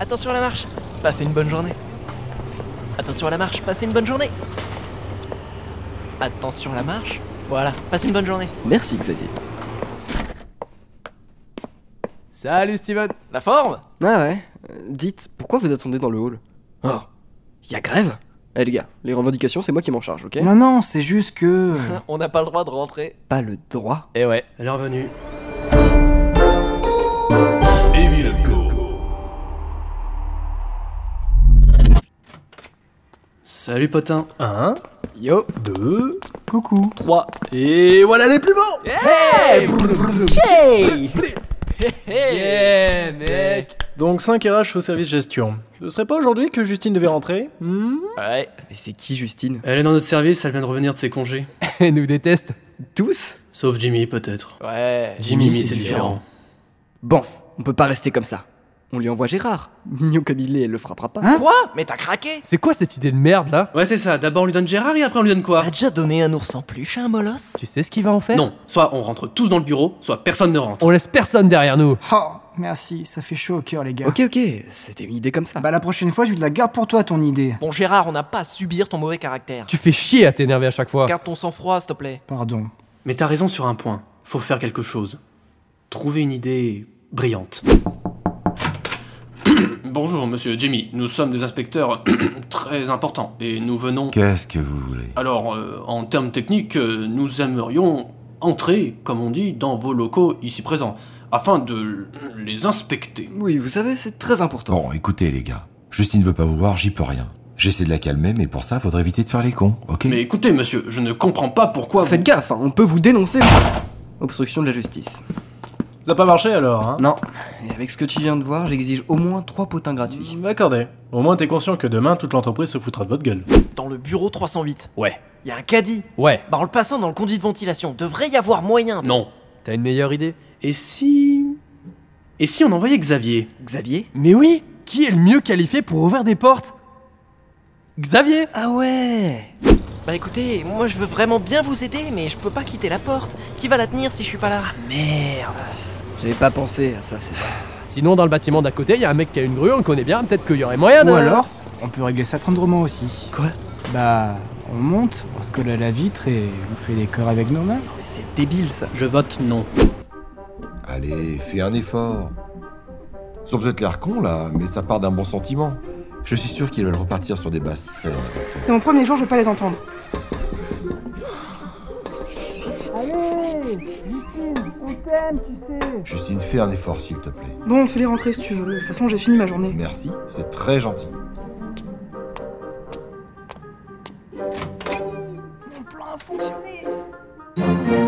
Attention à la marche. Passez une bonne journée. Attention à la marche. Passez une bonne journée. Attention à la marche. Voilà. Passez une bonne journée. Merci Xavier. Salut Steven La forme Ah ouais. Euh, Dites, pourquoi vous attendez dans le hall Oh, y a grève Eh les gars, les revendications, c'est moi qui m'en charge, ok Non, non, c'est juste que. On n'a pas le droit de rentrer. Pas le droit. Eh ouais. Elle est revenue. Evil Go. Salut potin. 1, Eh, Yo 2, Coucou. 3, et voilà les plus beaux Yeah, mec Donc 5 RH au service gestion. Ce serait pas aujourd'hui que Justine devait rentrer hmm Ouais. Mais c'est qui Justine Elle est dans notre service, elle vient de revenir de ses congés. Elle nous déteste. Tous Sauf Jimmy peut-être. Ouais. Jimmy, Jimmy, c'est c'est différent. Bon, on peut pas rester comme ça. On lui envoie Gérard. Mignon comme il est, elle le frappera pas. Hein Quoi Mais t'as craqué C'est quoi cette idée de merde là Ouais c'est ça, d'abord on lui donne Gérard et après on lui donne quoi T'as déjà donné un ours en peluche à un molosse Tu sais ce qu'il va en faire Non, soit on rentre tous dans le bureau, soit personne ne rentre. On laisse personne derrière nous. Oh, merci, ça fait chaud au cœur, les gars. Ok, ok, c'était une idée comme ça. Bah, la prochaine fois, je la garde pour toi, ton idée. Bon Gérard, on n'a pas à subir ton mauvais caractère. Tu fais chier à t'énerver à chaque fois. Garde ton sang-froid, s'il te plaît. Pardon. Mais t'as raison sur un point, faut faire quelque chose. Trouver une idée brillante. Bonjour monsieur Jimmy, nous sommes des inspecteurs très importants et nous venons... Qu'est-ce que vous voulez Alors, euh, en termes techniques, euh, nous aimerions entrer, comme on dit, dans vos locaux ici présents, afin de les inspecter. Oui, vous savez, c'est très important. Bon, écoutez les gars, Justine veut pas vous voir, j'y peux rien. J'essaie de la calmer, mais pour ça, faudrait éviter de faire les cons, ok Mais écoutez, monsieur, je ne comprends pas pourquoi Faites vous... gaffe, hein, on peut vous dénoncer. Obstruction de la justice. Ça a pas marché alors, hein Non, et avec ce que tu viens de voir, j'exige au moins 3 potins gratuits. Accordé. Au moins t'es conscient que demain toute l'entreprise se foutra de votre gueule. Dans le bureau 308. Ouais. Y a un caddie. Ouais. Bah en le passant dans le conduit de ventilation, devrait y avoir moyen. de- Non. T'as une meilleure idée Et si... Et si on envoyait Xavier Xavier Mais oui Qui est le mieux qualifié pour ouvrir des portes Xavier Ah ouais Bah écoutez, moi je veux vraiment bien vous aider, mais je peux pas quitter la porte. Qui va la tenir si je suis pas là Merde J'avais pas pensé à ça, c'est vrai. Sinon, dans le bâtiment d'à côté, il y a un mec qui a une grue, on le connaît bien, peut-être qu'il y aurait moyen de... Ou alors, on peut régler ça tendrement aussi. Quoi Bah, on monte, on se colle à la vitre et on fait des corps avec nos mains. Mais c'est débile ça. Je vote non. Allez, fais un effort. Ils ont peut-être l'air cons là, mais ça part d'un bon sentiment. Je suis sûr qu'ils veulent repartir sur des bases saines. C'est mon premier jour, je veux pas les entendre. Justine, fais un effort s'il te plaît. Bon, fais-les rentrer si tu veux. De toute façon, j'ai fini ma journée. Merci, c'est très gentil. Mon plan a fonctionné